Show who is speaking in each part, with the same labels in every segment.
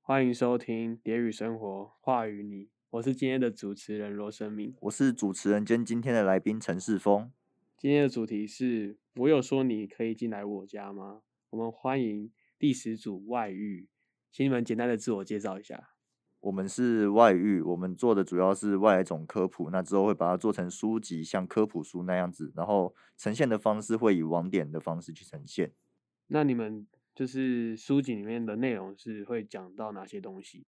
Speaker 1: 欢迎收听《蝶语生活》，话语你，我是今天的主持人罗生明。
Speaker 2: 我是主持人兼今天的来宾陈世峰。
Speaker 1: 今天的主题是：我有说你可以进来我家吗？我们欢迎第十组外遇，请你们简单的自我介绍一下。
Speaker 2: 我们是外遇，我们做的主要是外来种科普，那之后会把它做成书籍，像科普书那样子，然后呈现的方式会以网点的方式去呈现。
Speaker 1: 那你们就是书籍里面的内容是会讲到哪些东西？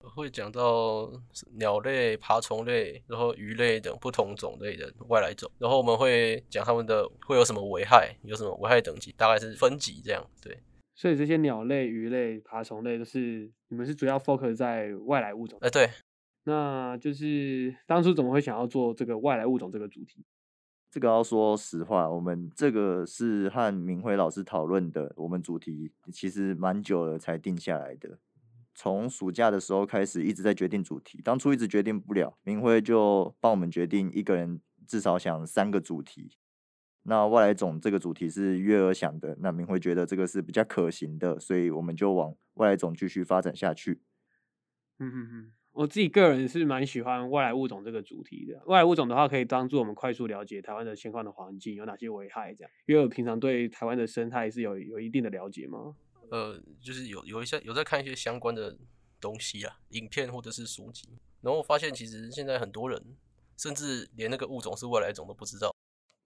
Speaker 3: 会讲到鸟类、爬虫类，然后鱼类等不同种类的外来种，然后我们会讲它们的会有什么危害，有什么危害等级，大概是分级这样。对，
Speaker 1: 所以这些鸟类、鱼类、爬虫类都是你们是主要 focus 在外来物种
Speaker 3: 哎、。对，
Speaker 1: 那就是当初怎么会想要做这个外来物种这个主题？
Speaker 2: 这个要说实话，我们这个是和明辉老师讨论的，我们主题其实蛮久了才定下来的。从暑假的时候开始，一直在决定主题，当初一直决定不了，明辉就帮我们决定一个人至少想三个主题。那外来种这个主题是月儿想的，那明辉觉得这个是比较可行的，所以我们就往外来种继续发展下去。
Speaker 1: 嗯哼哼，我自己个人是蛮喜欢外来物种这个主题的。外来物种的话，可以帮助我们快速了解台湾的现况的环境有哪些危害，这样。因为我平常对台湾的生态是有有一定的了解吗？
Speaker 3: 呃，就是有有一些有在看一些相关的东西啊，影片或者是书籍，然后我发现其实现在很多人甚至连那个物种是外来种都不知道。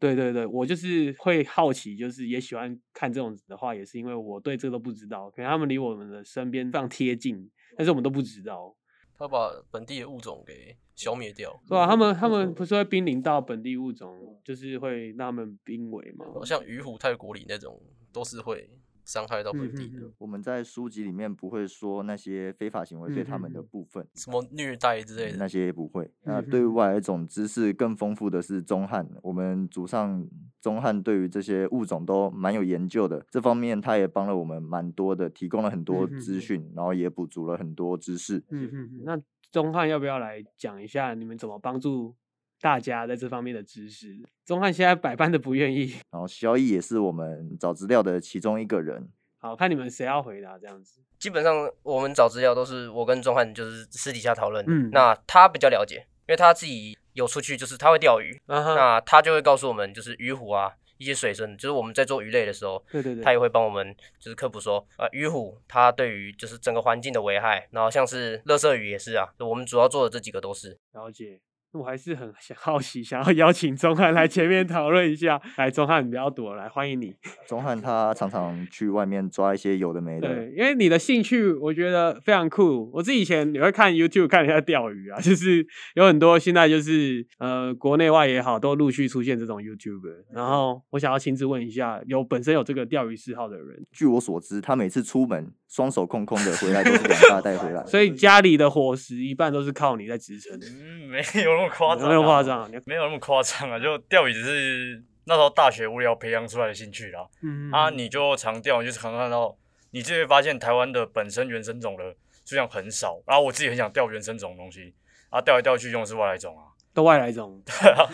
Speaker 1: 对对对，我就是会好奇，就是也喜欢看这种的话，也是因为我对这个都不知道，可能他们离我们的身边非常贴近，但是我们都不知道，
Speaker 3: 他把本地的物种给消灭掉，
Speaker 1: 对啊吧、他们他们不是会濒临到本地物种，就是会让他们濒危吗？
Speaker 3: 好像鱼虎、泰国里那种都是会伤害到本地的，
Speaker 1: 嗯
Speaker 2: 我们在书籍里面不会说那些非法行为对他们
Speaker 1: 嗯
Speaker 2: 的
Speaker 1: 嗯嗯
Speaker 2: 部分，
Speaker 3: 什么虐待之
Speaker 1: 嗯
Speaker 3: 类的。
Speaker 2: 那些也不会。那
Speaker 1: 嗯哼
Speaker 2: 对于外来种知识更丰富的是中汉，我们祖上中汉对于这些物种都蛮有研究的，这方面他也帮了我们蛮多的，提供了很多
Speaker 1: 嗯哼
Speaker 2: 资
Speaker 1: 哼
Speaker 2: 讯，然后也补足了很多知识。
Speaker 1: 嗯嗯嗯，那钟汉要不要来讲一下你们怎么帮助大家在这方面的知识？钟汉现在百般的不愿意，
Speaker 2: 然后萧逸也是我们找资料的其中一个人，
Speaker 1: 好看你们谁要回答这样子。
Speaker 4: 基本上我们找资料都是我跟钟汉就是私底下讨论的。
Speaker 1: 嗯
Speaker 4: 那他比较了解，因为他自己有出去，就是他会钓鱼，
Speaker 1: 啊哈，
Speaker 4: 那他就会告诉我们就是鱼虎啊一些水生，就是我们在做鱼类的时候，
Speaker 1: 对对对，
Speaker 4: 他也会帮我们就是科普说，呃，鱼虎它对于就是整个环境的危害，然后像是乐色鱼也是啊，我们主要做的这几个都是。
Speaker 1: 了解。那我还是很 想好奇，想要邀请钟汉来前面讨论一下。来，钟汉，你不要躲，来欢迎你。
Speaker 2: 钟汉他常常去外面抓一些有的没的
Speaker 1: 对，，因为你的兴趣我觉得非常酷。我自己以前也会看 YouTube 看人家钓鱼啊， 就是有很多现在就是呃国内外也好，都陆续出现这种 YouTuber。然
Speaker 5: 嗯
Speaker 1: 后我想要亲自问一下，有本身有这个钓鱼嗜好的人，。
Speaker 2: 据我所知，他每次出门双手空空的回来都是两大袋回 来
Speaker 1: 所以家里的伙食一半都是靠你在支撑的，
Speaker 5: 嗯，没有那么 夸张、
Speaker 1: 有没有夸？张啊？你
Speaker 5: 没有那么夸张啊，就钓鱼只是那时候大学无聊培养出来的兴趣啦。
Speaker 1: 嗯
Speaker 5: 啊，你就常钓，你就常看到，你就会发现台湾的本身原生种的数量很少。然、后我自己很想钓原生种的东西，啊，钓来钓去用的是外来种啊。
Speaker 1: 都外来 种，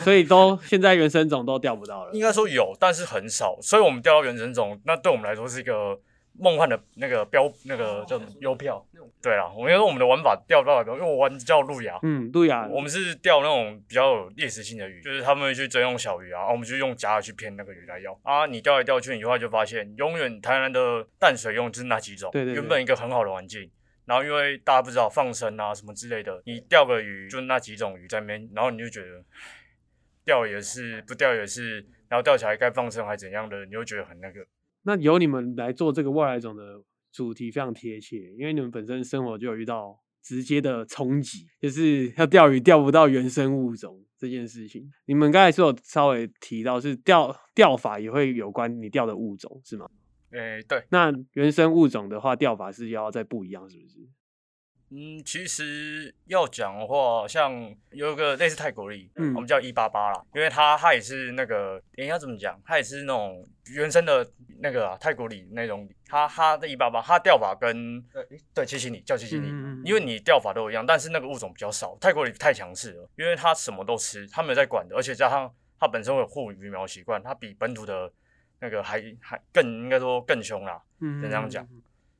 Speaker 1: 所以都现在原生种都钓不到了
Speaker 5: 应。该说有，但是很少，所以我们钓到原生种，那对我们来说是一个梦幻的那个标，那个叫什么邮票。对啦，我们说我们的玩法钓到的，因为我玩叫路亚，
Speaker 1: 嗯，对呀，
Speaker 5: 我们是钓那种比较有猎食性的鱼，就是他们会去追那种小鱼啊，啊我们就用假饵去骗那个鱼来咬啊。你钓来钓去，你后来就发现，永远台南的淡水用就是那几种，
Speaker 1: 对对对
Speaker 5: 原本一个很好的环境。然后因为大家不知道放生啊什么之类的，你钓个鱼就那几种鱼在那边，然后你就觉得钓也是不钓也是，然后钓起来该放生还怎样的，你就觉得很那个。
Speaker 1: 那由你们来做这个外来种的主题非常贴切，因为你们本身生活就有遇到直接的冲击，就是要钓鱼钓不到原生物种这件事情。你们刚才是有稍微提到是钓钓法也会有关你钓的物种是吗？
Speaker 5: 诶，对，
Speaker 1: 那原生物种的话，钓法是要再不一样，是不是？
Speaker 5: 嗯，其实要讲的话，像有一个类似泰国力，
Speaker 1: 嗯
Speaker 5: 我们叫一八八啦，因为它它也是那个，人家怎么讲，它也是那种原生的那个、啊、泰国里那种，它它的一八八，它钓法跟呃诶对七七里叫七七里，
Speaker 1: 嗯嗯嗯
Speaker 5: 因为你钓法都一样，但是那个物种比较少，泰国里太强势了，因为它什么都吃，它没有在管的，而且加上它本身会有护鱼苗习惯，它比本土的那个还还更应该说更凶啦，
Speaker 1: 嗯
Speaker 5: 这样讲。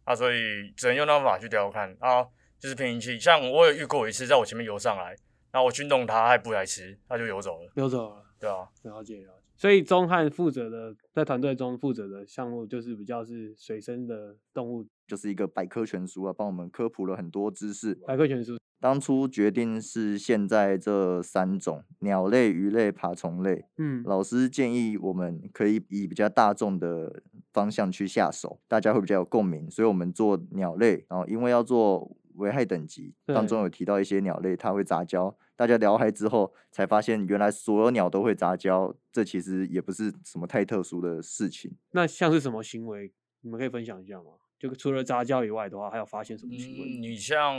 Speaker 5: 啊，所以只能用那方法去钓看啊，就是平移器。像我有遇过一次，在我前面游上来，然后我去弄它，它也不来吃，它就游走了，
Speaker 1: 溜走了。
Speaker 5: 对啊，
Speaker 1: 了解了解。所以钟汉负责的在团队中负责的项目就是比较是水生的动物
Speaker 2: 就是一个百科全书啊，帮我们科普了很多知识。
Speaker 1: 百科全书，
Speaker 2: 当初决定是现在这三种鸟类、鱼类、爬虫类，
Speaker 1: 嗯，
Speaker 2: 老师建议我们可以以比较大众的方向去下手，大家会比较有共鸣。所以我们做鸟类，然后因为要做危害等级，当中有提到一些鸟类它会杂交，大家聊嗨之后才发现，原来所有鸟都会杂交，这其实也不是什么太特殊的事情。
Speaker 1: 那像是什么行为，你们可以分享一下吗？就除了杂交以外的话，还有发现什么行为？
Speaker 5: 嗯，你像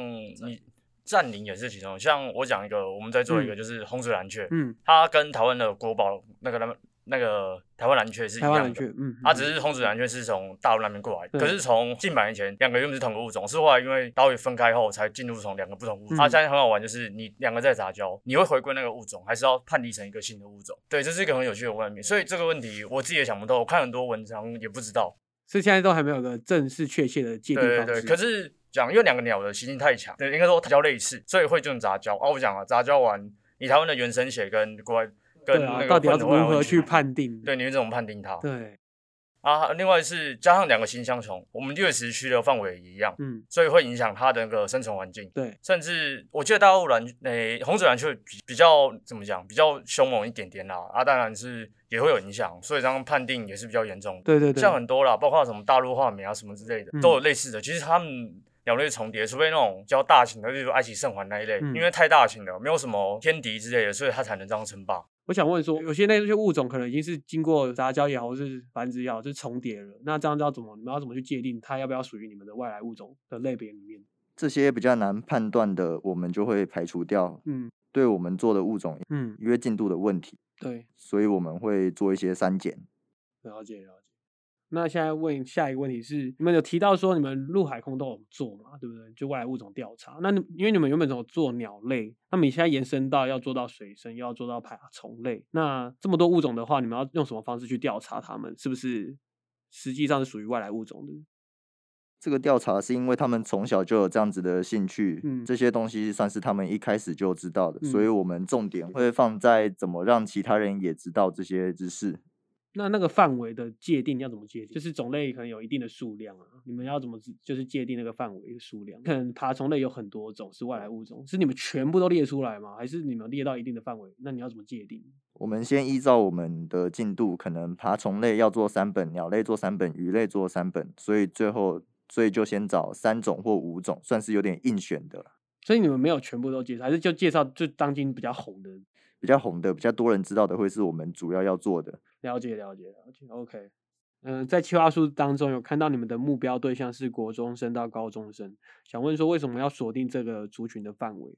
Speaker 5: 你占领也是其中，像我讲一个，我们在做一个就是红水蓝雀，
Speaker 1: 嗯，
Speaker 5: 它跟台湾的国宝那个那那个台湾蓝雀是一
Speaker 1: 台湾蓝
Speaker 5: 样
Speaker 1: 雀
Speaker 5: 的。，
Speaker 1: 嗯，
Speaker 5: 啊它只
Speaker 1: 嗯
Speaker 5: 是红嘴蓝雀是从大陆那边过来，可
Speaker 1: 对
Speaker 5: 是从近百年前两个原本是同个物种，是后来因为岛屿分开后才进入从两个不同物种。它、
Speaker 1: 嗯
Speaker 5: 现在很好玩，就是你两个在杂交，你会回归那个物种，还是要判定成一个新的物种？对，这是一个很有趣的问题。所以这个问题我自己也想不透，我看很多文章也不知道。
Speaker 1: 所以现在都还没有个正式确切的界定
Speaker 5: 对
Speaker 1: 方式。
Speaker 5: 对对，可是讲因为两个鸟的习性太强，对，应该说杂交类似，所以会种杂交。哦，我讲啊，杂交完，你台湾的原生血跟国外跟
Speaker 1: 对啊
Speaker 5: 那，
Speaker 1: 到
Speaker 5: 个
Speaker 1: 底要
Speaker 5: 混合会来
Speaker 1: 如何
Speaker 5: 混
Speaker 1: 去
Speaker 5: 去，
Speaker 1: 判定？
Speaker 5: 对，你会怎么判定它？
Speaker 1: 对，
Speaker 5: 啊，另外是加上两个新相虫，我们掠食区的范围也一样，
Speaker 1: 嗯，
Speaker 5: 所以会影响它的那个生存环境。
Speaker 1: 对，
Speaker 5: 甚至我记得大陆蓝诶、红嘴蓝雀比比较怎么讲，比较凶猛一点点啦，啊，当然是也会有影响，所以这样判定也是比较严重的。
Speaker 1: 对对对，
Speaker 5: 像很多啦，包括什么大陆画眉啊什么之类的，
Speaker 1: 嗯
Speaker 5: 都有类似的。其实他们鸟类重叠，除非那种比较大型的，例如埃及圣环那一类，
Speaker 1: 嗯
Speaker 5: 因为太大型了，没有什么天敌之类的，所以它才能这样称霸。
Speaker 1: 我想问说，有些那些物种可能已经是经过杂交也好，或是繁殖也好，就是重叠了。那这样要怎么？你们要怎么去界定它要不要属于你们的外来物种的类别里面？
Speaker 2: 这些比较难判断的，我们就会排除掉，
Speaker 1: 嗯
Speaker 2: 对我们做的物种
Speaker 1: 嗯，
Speaker 2: 约进度的问题，
Speaker 1: 对，
Speaker 2: 所以我们会做一些删减。
Speaker 1: 了解了解。那现在问下一个问题是，你们有提到说你们陆海空都有做嘛，对不对？就外来物种调查。那你因为你们原本只有做鸟类，那么你现在延伸到要做到水生，又要做到爬虫类，那这么多物种的话，你们要用什么方式去调查它们是不是实际上是属于外来物种的？
Speaker 2: 这个调查是因为他们从小就有这样子的兴趣，
Speaker 1: 嗯
Speaker 2: 这些东西算是他们一开始就知道的，所以
Speaker 1: 嗯
Speaker 2: 我们重点会放在怎么让其他人也知道这些知识。
Speaker 1: 那那个范围的界定要怎么界定？就是种类可能有一定的数量啊，你们要怎么知就是界定那个范围的数量？可能爬虫类有很多种是外来物种，是你们全部都列出来吗？还是你们列到一定的范围？那你要怎么界定？
Speaker 2: 我们先依照我们的进度，可能爬虫类要做三本，鸟类做三本，鱼类做三本，所以最后所以就先找三种或五种，算是有点硬选的。
Speaker 1: 所以你们没有全部都介绍，还是就介绍就当今比较红的？
Speaker 2: 比较红的、比较多人知道的，会是我们主要要做的。
Speaker 1: 了解了解了解，OK。嗯，在企划书当中有看到你们的目标对象是国中生到高中生，想问说为什么要锁定这个族群的范围？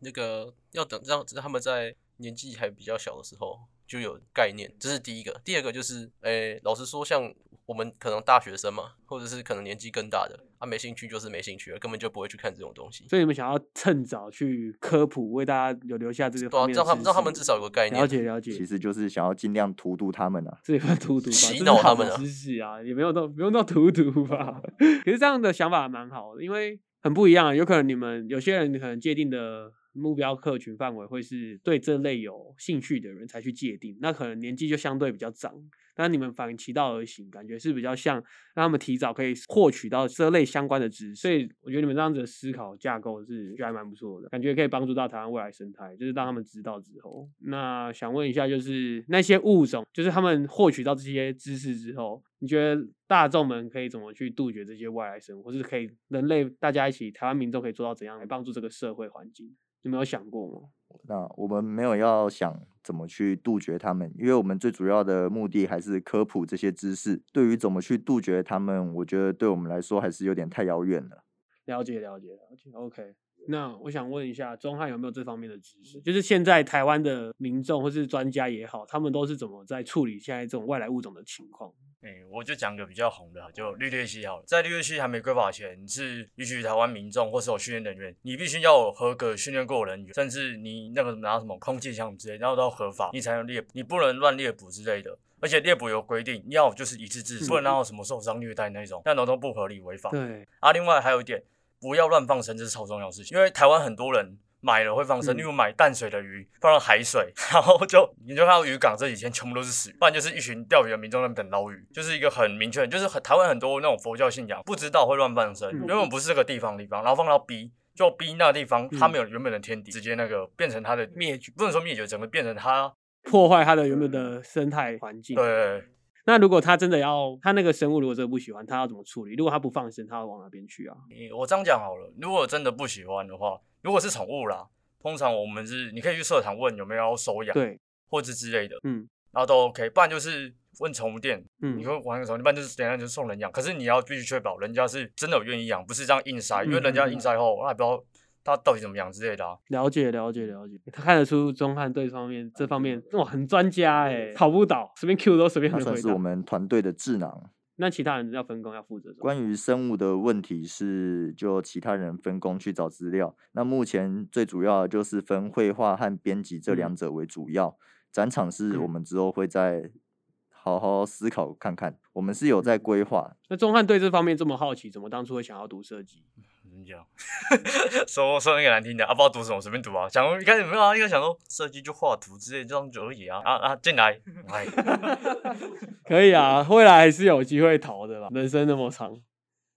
Speaker 3: 那个要等让他们在年纪还比较小的时候就有概念，这是第一个。第二个就是，诶、老实说，像我们可能大学生嘛，或者是可能年纪更大的，他、没兴趣就是没兴趣了，根本就不会去看这种东西。
Speaker 1: 所以你们想要趁早去科普，为大家有留下这个
Speaker 3: 对啊
Speaker 1: 方，面的
Speaker 3: 让他们
Speaker 1: 知
Speaker 3: 让他
Speaker 1: 识
Speaker 3: 们至少有个概念。
Speaker 1: 了解了解
Speaker 2: 其，实就是想要尽量荼毒他们啊。
Speaker 1: 这也不算荼毒吧，
Speaker 3: 洗
Speaker 1: 这是
Speaker 3: 脑他
Speaker 1: 好
Speaker 3: 们
Speaker 1: 的
Speaker 3: 啊
Speaker 1: 知识啊，也没有到不用到荼毒吧。 可是这样的想法蛮好的，因为很不一样啊。有可能你们有些人可能界定的目标客群范围会是对这类有兴趣的人才去界定，那可能年纪就相对比较长。那你们反其道而行，感觉是比较像让他们提早可以获取到这类相关的知识。所以我觉得你们这样子的思考架构是就还蛮不错的，感觉可以帮助到台湾未来生态，就是让他们知道之后。那想问一下，就是那些物种，就是他们获取到这些知识之后，你觉得大众们可以怎么去杜绝这些外来生，或是可以人类大家一起台湾民众可以做到怎样来帮助这个社会环境？你们有想过吗？
Speaker 2: 那我们没有要想怎么去杜绝他们，因为我们最主要的目的还是科普这些知识。对于怎么去杜绝他们，我觉得对我们来说还是有点太遥远了。
Speaker 1: 了解了解了解，OK。那我想问一下，钟汉有没有这方面的知识？就是现在台湾的民众或是专家也好，他们都是怎么在处理现在这种外来物种的情况？
Speaker 5: 嗯，我就讲个比较红的，就绿鬣蜥好了。在绿鬣蜥还没规划前，是允许台湾民众或是有训练人员，你必须要有合格训练过的人员，甚至你那个拿什么空气枪之类，然后都要合法，你才能猎捕，你不能乱猎捕之类的。而且猎捕有规定，要就是一次致死，不能让有什么受伤、虐待那种，那种都不合理违法。
Speaker 1: 对，
Speaker 5: 啊，另外还有一点，不要乱放生，这是超重要的事情，因为台湾很多人。买了会放生，
Speaker 1: 嗯
Speaker 5: 例如买淡水的鱼放到海水， 然后就你就看到渔港这几天全部都是死鱼，不然就是一群钓鱼的民众在那边捞鱼，就是一个很明确的，就是很台湾很多那种佛教信仰不知道会乱放生，
Speaker 1: 嗯
Speaker 5: 原本不是这个地方的地方，然后放到 B 就 B 那地方，它
Speaker 1: 嗯
Speaker 5: 没有原本的天敌，直接那个变成它的
Speaker 1: 灭绝
Speaker 5: 不能说灭绝，整个变成它
Speaker 1: 破坏它的原本的生态环境。，
Speaker 5: 对
Speaker 1: 那如果它真的要，它那个生物如果真的不喜欢，它要怎么处理？如果它不放生，它要往哪边去啊？
Speaker 5: 你我这样讲好了，如果真的不喜欢的话，如果是宠物啦，通常我们是你可以去社场问有没有要收养，
Speaker 1: 对，
Speaker 5: 或者之类的，
Speaker 1: 嗯
Speaker 5: 然后都 OK。不然就是问宠物店，
Speaker 1: 嗯
Speaker 5: 你会玩个宠物店，不然就是等一下就送人养。可是你要必须确保人家是真的有愿意养，不是这样硬塞，
Speaker 1: 嗯
Speaker 5: 因为人家硬塞后，那也不知道他到底怎么养之类的啊。
Speaker 1: 了解了解了解，他看得出钟汉对这方面这方面哇很专家哎、跑不倒，随便 Q 都随便
Speaker 2: 他
Speaker 1: 能
Speaker 2: 算
Speaker 1: 回
Speaker 2: 是我
Speaker 1: 答。
Speaker 2: 们团队的智囊。
Speaker 1: 那其他人要分工要负责什么？
Speaker 2: 关于生物的问题是就其他人分工去找资料。那目前最主要的就是分绘画和编辑这两
Speaker 1: 嗯
Speaker 2: 者为主要。展场是我
Speaker 1: 嗯
Speaker 2: 们之后会再好好思考看看。我们是有
Speaker 1: 嗯
Speaker 2: 在规划，
Speaker 1: 那钟汉对这方面这么好奇，怎么当初会想要读设计？
Speaker 5: 你讲，嗯 说说那个难听的啊，不知道读什么，随便读啊。想说一开始没有啊，一开始想说设计就画图之类这样子而已啊啊啊，进来，哎，
Speaker 1: 可以啊，未来还是有机会投的啦。人生那么长，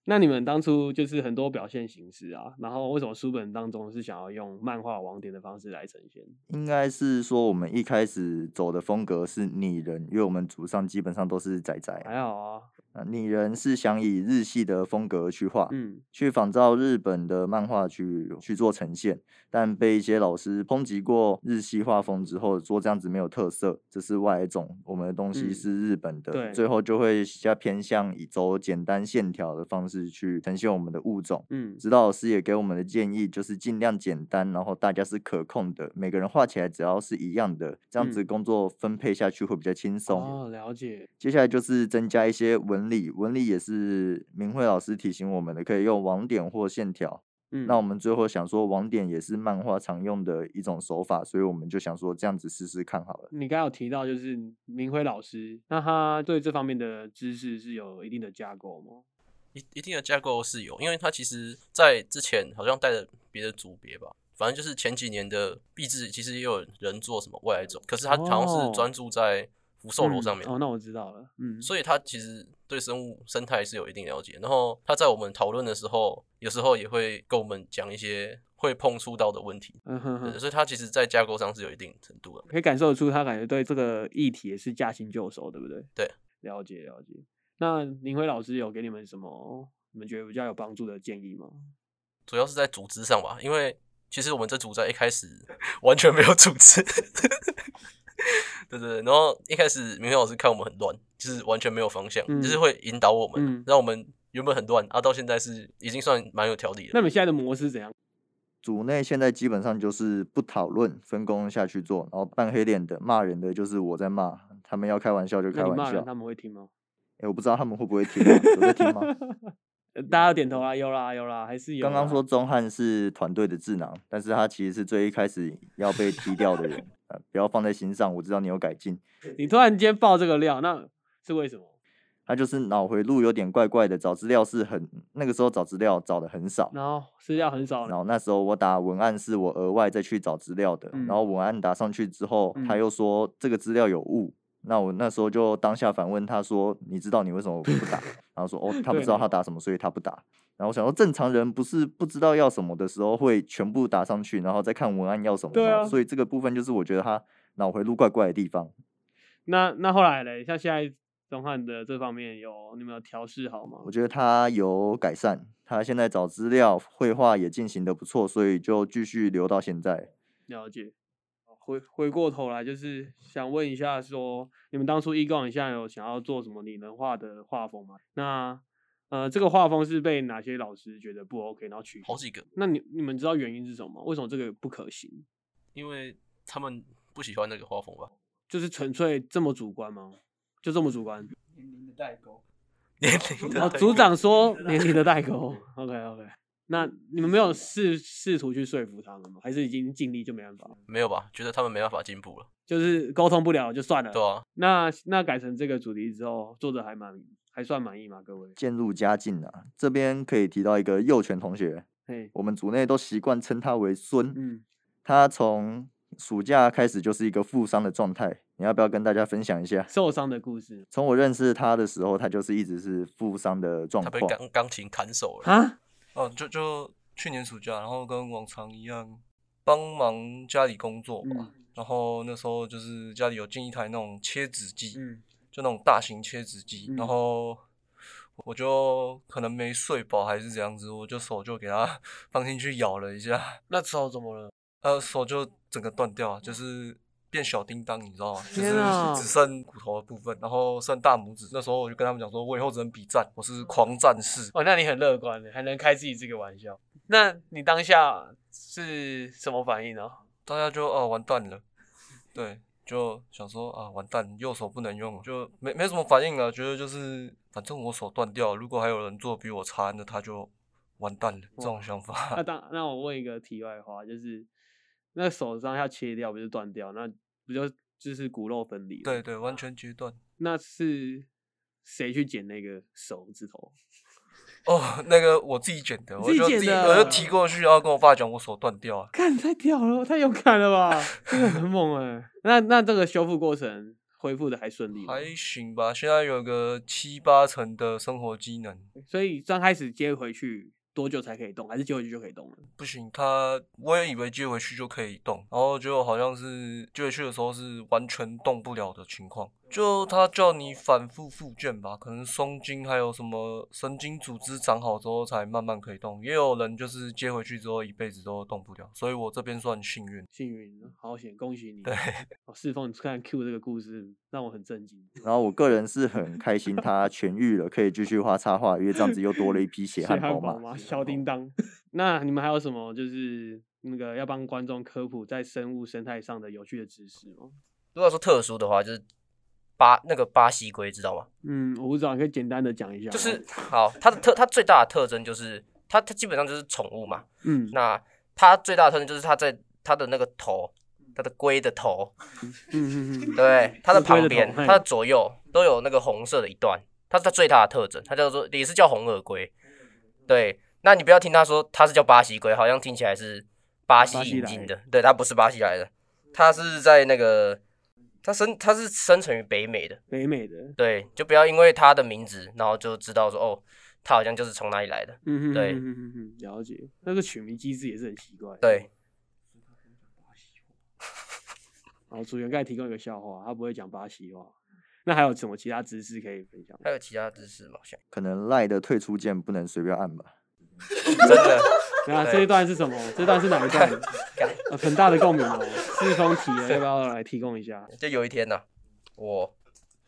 Speaker 1: 那你们当初就是很多表现形式啊，然后为什么书本当中是想要用漫画网点的方式来呈现？
Speaker 2: 应该是说我们一开始走的风格是拟人，因为我们组上基本上都是仔仔。
Speaker 1: 还好啊，
Speaker 2: 那拟人是想以日系的风格去画，
Speaker 1: 嗯
Speaker 2: 去仿照日本的漫画去去做呈现，但被一些老师抨击过日系画风之后，说这样子没有特色，这是外来种，我们的东西
Speaker 1: 嗯
Speaker 2: 是日本的，
Speaker 1: 对
Speaker 2: 最后就会比较偏向以走简单线条的方式去呈现我们的物种。
Speaker 1: 嗯，
Speaker 2: 指导老师也给我们的建议就是尽量简单，然后大家是可控的，每个人画起来只要是一样的，这样子
Speaker 1: 嗯
Speaker 2: 工作分配下去会比较轻松。
Speaker 1: 哦，了解，
Speaker 2: 接下来就是增加一些纹理，纹理也是明慧老师提醒我们的，可以用网点或线条。
Speaker 1: 嗯，
Speaker 2: 那我们最后想说，网点也是漫画常用的一种手法，所以我们就想说这样子试试看好了。
Speaker 1: 你刚刚有提到，就是明辉老师，那他对这方面的知识是有一定的架构吗？
Speaker 3: 一一定的架构是有，因为他其实在之前好像带着别的组别吧，反正就是前几年的壁纸其实也有人做什么外来种，可是他好像
Speaker 1: 哦
Speaker 3: 是专注在福寿螺上面，
Speaker 1: 嗯哦，那我知道了，嗯，
Speaker 3: 所以他其实对生物生态是有一定了解。然后他在我们讨论的时候，有时候也会跟我们讲一些会碰触到的问题，
Speaker 1: 嗯哼
Speaker 3: 对
Speaker 1: 哼，
Speaker 3: 所以他其实在架构上是有一定程度的。
Speaker 1: 可以感受出他感觉对这个议题也是驾轻就熟，对不对？
Speaker 3: 对，
Speaker 1: 了解了解。那林辉老师有给你们什么你们觉得比较有帮助的建议吗？
Speaker 3: 主要是在组织上吧，因为其实我们这组在一开始 完全没有组织， 对对对，然后一开始明明老师看我们很乱，就是完全没有方向，
Speaker 1: 嗯
Speaker 3: 就是会引导我
Speaker 2: 啊
Speaker 3: 们，
Speaker 1: 嗯
Speaker 3: 让我们原本很乱啊，到现在是已经算蛮有条理
Speaker 1: 那
Speaker 3: 了。
Speaker 1: 你们现在的模式是怎样？
Speaker 2: 组内现在基本上就是不讨论，分工下去做，然后扮黑脸的、骂人的就是我在骂，他们要开玩笑就
Speaker 1: 那
Speaker 2: 开
Speaker 1: 你
Speaker 2: 玩
Speaker 1: 骂
Speaker 2: 笑
Speaker 1: 人。他们会听吗？
Speaker 2: 哎、我不知道他们会不会听、啊，有在听吗？
Speaker 1: 呃大家有点头啦，有啦有啦，还是有啦。啊
Speaker 2: 刚刚说钟汉是团队的智囊，但是他其实是最一开始要被踢掉的人，呃，不要放在心上，我知道你有改进。
Speaker 1: 你突然间爆这个料，那是为什么？
Speaker 2: 他就是脑回路有点怪怪的，找资料是很那个时候找资料找的很少，
Speaker 1: 然后资料很少
Speaker 2: 然，后那时候我打文案是我额外再去找资料的，
Speaker 1: 嗯
Speaker 2: 然后文案打上去之后，他
Speaker 1: 嗯
Speaker 2: 又说这个资料有误。那我那时候就当下反问他说：“你知道你为什么不打？”然后说：“哦，他不知道
Speaker 1: 对
Speaker 2: 他打什么，所以他不打。”然后我想说，正常人不是不知道要什么的时候会全部打上去，然后再看文案要什么
Speaker 1: 对
Speaker 2: 吗
Speaker 1: 啊
Speaker 2: 所以这个部分就是我觉得他脑回路怪怪的地方。
Speaker 1: 那那后来嘞，像现在钟汉的这方面有你们有调试好吗？
Speaker 2: 我觉得他有改善，他现在找资料、绘画也进行的不错，所以就继续留到现在。
Speaker 1: 了解。回回过头来，就是想问一下说你们当初一杠一下有想要做什么拟人化的画风吗？那呃，这个画风是被哪些老师觉得不 OK，然后取消
Speaker 3: 好？几个，
Speaker 1: 那你你们知道原因是什么吗？为什么这个不可行？
Speaker 3: 因为他们不喜欢那个画风吧？
Speaker 1: 就是纯粹这么主观吗？就这么主观？
Speaker 3: 年龄
Speaker 1: 然
Speaker 3: 的
Speaker 1: 哦后组长说年龄的代沟。OK OK，那你们没有试试图去说服他们吗？还是已经尽力就没办法了，
Speaker 3: 没有吧？觉得他们没办法进步了，
Speaker 1: 就是沟通不了就算了。
Speaker 3: 对啊，
Speaker 1: 那那改成这个主题之后，作者还满还算满意吗？各位？
Speaker 2: 渐入佳境啊。这边可以提到一个幼犬同学，
Speaker 1: 嘿，
Speaker 2: 我们组内都习惯称他为孙。
Speaker 1: 嗯，
Speaker 2: 他从暑假开始就是一个负伤的状态，你要不要跟大家分享一下？
Speaker 1: 受伤的故事
Speaker 2: 从我认识他的时候，他就是一直是负伤的状
Speaker 3: 他被
Speaker 2: 况。
Speaker 3: 钢钢琴砍手了。
Speaker 1: 啊，
Speaker 6: 哦，就就去年暑假，然后跟往常一样帮忙家里工作吧。
Speaker 1: 嗯
Speaker 6: 然后那时候就是家里有进一台那种切纸机，
Speaker 1: 嗯
Speaker 6: 就那种大型切纸机。
Speaker 1: 嗯
Speaker 6: 然后我就可能没睡饱还是怎样子，我就手就给它 放进去咬了一下，
Speaker 4: 那时候怎么了？
Speaker 6: 呃，手就整个断掉，就是。变小叮当，你知道吗？就
Speaker 1: 天啊
Speaker 6: 是只剩骨头的部分，然后剩大拇指。那时候我就跟他们讲说，我以后只能比战，我是狂战士。
Speaker 4: 哦，那你很乐观的，还能开自己这个玩笑。那你当下是什么反应呢、
Speaker 6: 大家就啊完蛋了，对，就想说啊完蛋，右手不能用，啊就没没什么反应了，觉得就是反正我手断掉，如果还有人做比我差，那他就完蛋了，这种想法。
Speaker 1: 那当那我问一个题外话，就是那手伤要切掉，不是断掉，那不就就是骨肉分离？
Speaker 6: 对，对，完全截断。
Speaker 1: 那是谁去剪那个手指头？
Speaker 6: 哦，那个我自己剪的，
Speaker 1: 你
Speaker 6: 我
Speaker 1: 自己
Speaker 6: 就
Speaker 1: 剪
Speaker 6: 自己
Speaker 1: 的
Speaker 6: 我就提过去，然后跟我爸讲我手断掉了。
Speaker 1: 看太屌了，太勇敢了吧，这个很猛哎、那那这个修复过程恢复的还顺利吗？
Speaker 6: 还行吧，现在有个七八成的生活机能，
Speaker 1: 所以刚开始接回去多久才可以动？还是接回去就可以动了？
Speaker 6: 不行，他我也以为接回去就可以动，然后结果好像是接回去的时候是完全动不了的情况，就他叫你反复复健吧，可能松筋还有什么神经组织长好之后才慢慢可以动，也有人就是接回去之后一辈子都动不了，所以我这边算幸运。
Speaker 1: 幸运，好险，恭喜你！
Speaker 6: 对，
Speaker 1: 我侍奉看 Q 这个故事让我很震惊。
Speaker 2: 然后我个人是很开心他痊愈了，可以继续画插画，因为这样子又多了一批血汗
Speaker 1: 汗
Speaker 2: 宝
Speaker 1: 宝
Speaker 2: 马。血汗
Speaker 1: 小
Speaker 2: 宝
Speaker 1: 叮当。 那你们还有什么就是那个要帮观众科普在生物生态上的有趣的知识吗？
Speaker 4: 如果说特殊的话，就是巴那个巴西龟，知道吗？
Speaker 1: 嗯，我不知道，你可以简单的讲一下吗。
Speaker 4: 就是好，它的特它最大的特征就是它它基本上就是宠物嘛。
Speaker 1: 嗯，
Speaker 4: 那它最大的特征就是它在它的那个头，它的龟的头，
Speaker 1: 嗯 嗯嗯嗯，
Speaker 4: 对，它的
Speaker 1: 乌龟的
Speaker 4: 旁边、
Speaker 1: 头嘿
Speaker 4: 它的左右都有那个红色的一段，它是它最大的特征，它叫做也是叫红耳龟。对，那你不要听他说它是叫巴西龟，好像听起来是巴西
Speaker 1: 巴西
Speaker 4: 引
Speaker 1: 来
Speaker 4: 进的，对，它不是巴西来的，它是在那个它生它是生存于北美的，
Speaker 1: 美美的，
Speaker 4: 对，就不要因为它的名字，然后就知道说哦，它好像就是从哪里来的。
Speaker 1: 嗯哼，
Speaker 4: 对
Speaker 1: 嗯哼嗯哼，了解。那个取名机制也是很奇怪。
Speaker 4: 对。
Speaker 1: 然后主角盖提供一个笑话，他不会讲巴西话。那还有什么其他知识可以 分享吗？
Speaker 4: 还有其他知识吗？我想
Speaker 2: 可能赖的退出键不能随便按吧。
Speaker 4: 真的，
Speaker 1: 那
Speaker 4: 对
Speaker 1: 这一段是什 么？这段是哪一段？呃很大的共鸣哦，四风提了，要不要来提供一 下？
Speaker 4: 就有一天呢、我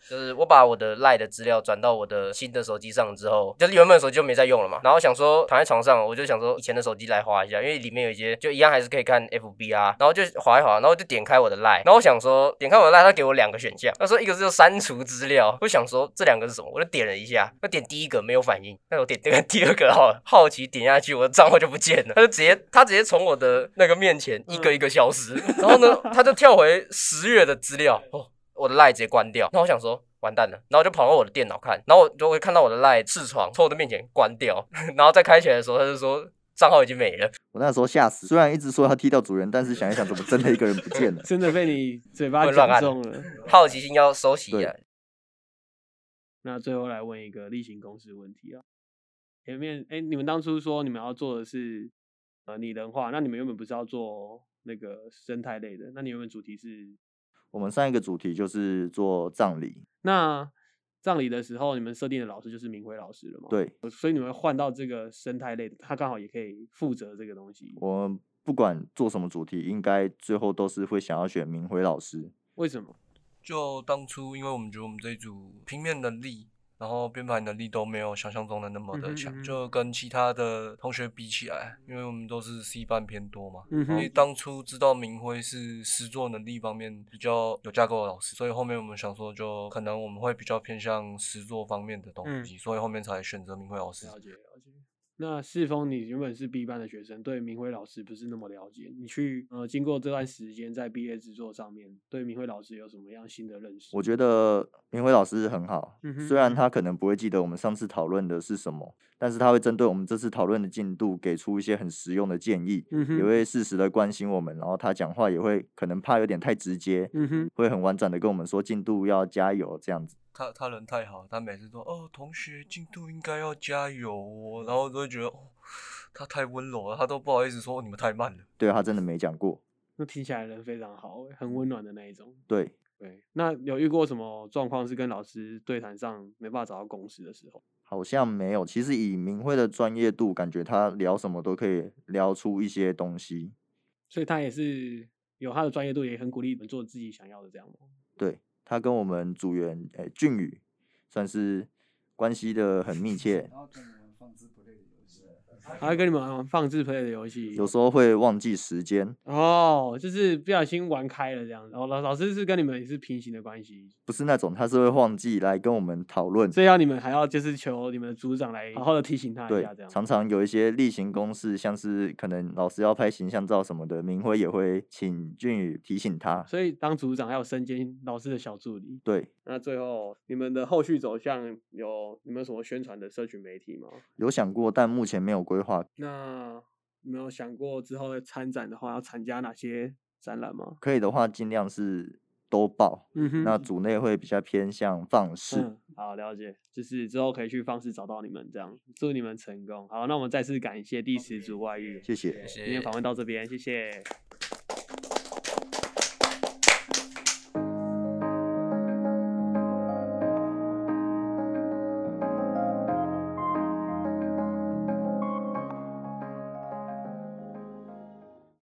Speaker 4: 就是我把我的赖的资料转到我的新的手机上之后，就是原本的手机就没再用了嘛。然后想说躺在床上，我就想说以前的手机来划一下，因为里面有一些就一样还是可以看 FB 啊。然后就划一划，然后就点开我的赖，然后我想说点开我的赖，他给我两个选项，他说一个是就删除资料，我想说这两个是什么，我就点了一下，我点第一个没有反应，那我点那个第二个好了，好奇点下去，我的账号就不见了，他就直接他直接从我的那个面前一个一个消失，然后呢他就跳回十月的资料哦。我的赖直接关掉。然后我想说。完蛋了，然后我就跑到我的电脑看，然后我就会看到我的赖视窗从我的面前关掉， 然后再开起来的时候，他就说账号已经没了。
Speaker 2: 我那时候吓死，虽然一直说他踢掉主人，但是想一想，怎么真的一个人不见了
Speaker 1: ？真的被你嘴巴
Speaker 4: 会
Speaker 1: 讲
Speaker 4: 乱按
Speaker 1: 中了。
Speaker 4: 好奇心要收起啊
Speaker 6: 啊
Speaker 4: 来，
Speaker 1: 那最后来问一个例行公事问题啊。前面哎、你们当初说你们要做的是呃拟人化，那你们原本不是要做那个生态类的？那你原本主题是
Speaker 2: 我们上一个主题就是做葬礼，
Speaker 1: 那葬礼的时候，你们设定的老师就是明辉老师了吗？，
Speaker 2: 对
Speaker 1: 所以你们换到这个生态类的，他刚好也可以负责这个东西。
Speaker 2: 我们不管做什么主题，应该最后都是会想要选明辉老师。
Speaker 1: 为什么？
Speaker 6: 就当初因为我们觉得我们这一组平面能力，然后编排能力都没有想象中的那么
Speaker 1: 嗯
Speaker 6: 的
Speaker 1: 哼嗯
Speaker 6: 强，
Speaker 1: 哼
Speaker 6: 就跟其他的同学比起来，因为我们都是 C 班偏多嘛，
Speaker 1: 嗯
Speaker 6: 因为
Speaker 1: 哼，
Speaker 6: 当初知道明辉是诗作能力方面比较有架构的老师，所以后面我们想说，就可
Speaker 1: 嗯
Speaker 6: 能我们会比较偏向诗作方面的东西，所以后面才选择明辉老师。
Speaker 1: 了解了解。那世峰，你原本是 B 班的学生，对明辉老师不是那么了解。你去呃，经过这段时间在毕业制作上面，对明辉老师有什么样新的认识？
Speaker 2: 我觉得明辉老师很好，
Speaker 1: 嗯哼
Speaker 2: 虽然他可能不会记得我们上次讨论的是什么，但是他会针对我们这次讨论的进度给出一些很实用的建议，
Speaker 1: 嗯
Speaker 2: 也
Speaker 1: 哼，
Speaker 2: 会适时的关心我们。然后他讲话也会可能怕有点太直接，
Speaker 1: 嗯哼，
Speaker 2: 会很婉转的跟我们说进度要加油这样子。
Speaker 6: 他他人太好，他每次都哦，同学进度应该要加油哦，然后都会觉得哦，他太温柔了，他都不好意思说、哦你们太慢了。
Speaker 2: 对他真的没讲过，
Speaker 1: 那听起来人非常好欸，很温暖的那一种。
Speaker 2: 对，
Speaker 1: 对，那有遇过什么状况是跟老师对谈上没办法找到共识的时候？
Speaker 2: 好像没有。其实以明慧的专业度，感觉他聊什么都可以聊出一些东西。
Speaker 1: 所以他也是有他的专业度，也很鼓励你们做自己想要的这样吗？哦
Speaker 2: 对他跟我们组员诶、俊宇算是关系的很密切，
Speaker 7: 然后跟你们放置不累的游戏，
Speaker 1: 还会跟你们玩放置 play 的游戏，
Speaker 2: 嗯有时候会忘记时间，
Speaker 1: 哦，就是不小心玩开了这样子。哦，老老师是跟你们也是平行的关系，
Speaker 2: 不是那种他是会忘记来跟我们讨论。
Speaker 1: 所以要你们还要就是求你们的组长来好好的提醒他一
Speaker 2: 对
Speaker 1: 啊下，这样。
Speaker 2: 常常有一些例行公事，像是可能老师要拍形象照什么的，明辉也会请俊宇提醒他。
Speaker 1: 所以当组长还有身兼老师的小助理。
Speaker 2: 对，
Speaker 1: 那最后你们的后续走向有你们有什么宣传的社群媒体吗？
Speaker 2: 有想过，但目前没有规划。
Speaker 1: 那有没有想过之后参展的话要参加哪些展览吗？
Speaker 2: 可以的话，尽量是都报。
Speaker 1: 嗯哼
Speaker 2: 那组内会比较偏向放肆。
Speaker 1: 嗯，好，了解，就是之后可以去方式找到你们，这样祝你们成功。好，那我们再次感谢第十组外遇，
Speaker 2: 谢谢。
Speaker 3: 谢
Speaker 1: 今天
Speaker 3: 谢
Speaker 1: 访。问到这边，谢谢。